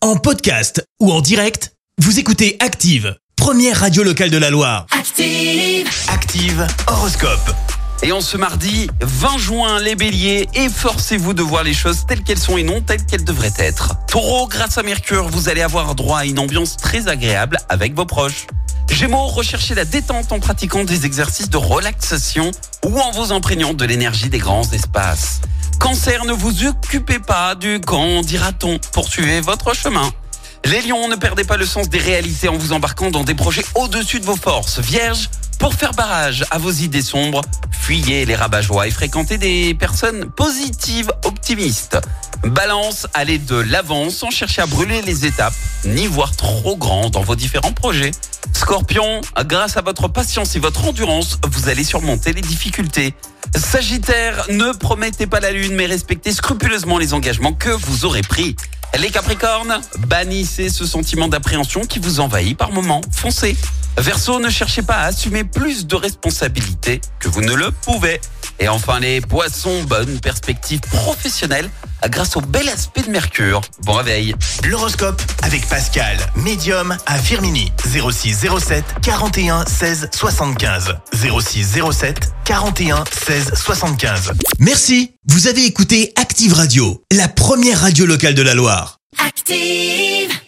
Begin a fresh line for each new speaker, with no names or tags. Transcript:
En podcast ou en direct, vous écoutez Active, première radio locale de la Loire.
Active.
Active Horoscope.
Et en ce mardi 20 juin, les béliers, efforcez-vous de voir les choses telles qu'elles sont et non telles qu'elles devraient être. Taureau, grâce à Mercure, vous allez avoir droit à une ambiance très agréable avec vos proches. Gémeaux, recherchez la détente en pratiquant des exercices de relaxation ou en vous imprégnant de l'énergie des grands espaces. Cancer, ne vous occupez pas du quand dira-t-on, poursuivez votre chemin. Les lions, ne perdez pas le sens des réalités en vous embarquant dans des projets au-dessus de vos forces. Vierge, pour faire barrage à vos idées sombres, fuyez les rabat et fréquentez des personnes positives, optimistes. Balance, allez de l'avant sans chercher à brûler les étapes, ni voir trop grand dans vos différents projets. Scorpion, grâce à votre patience et votre endurance, vous allez surmonter les difficultés. Sagittaire, ne promettez pas la lune, mais respectez scrupuleusement les engagements que vous aurez pris. Les Capricornes, bannissez ce sentiment d'appréhension qui vous envahit par moments. Foncez. Verseau, ne cherchez pas à assumer plus de responsabilités que vous ne le pouvez. Et enfin les Poissons, bonne perspective professionnelle grâce au bel aspect de Mercure. Bon réveil.
L'horoscope avec Pascal, médium à Firmini. 06 07 41 16 75. 06 07 41 16 75. Merci, vous avez écouté Active Radio, la première radio locale de la Loire.
Active.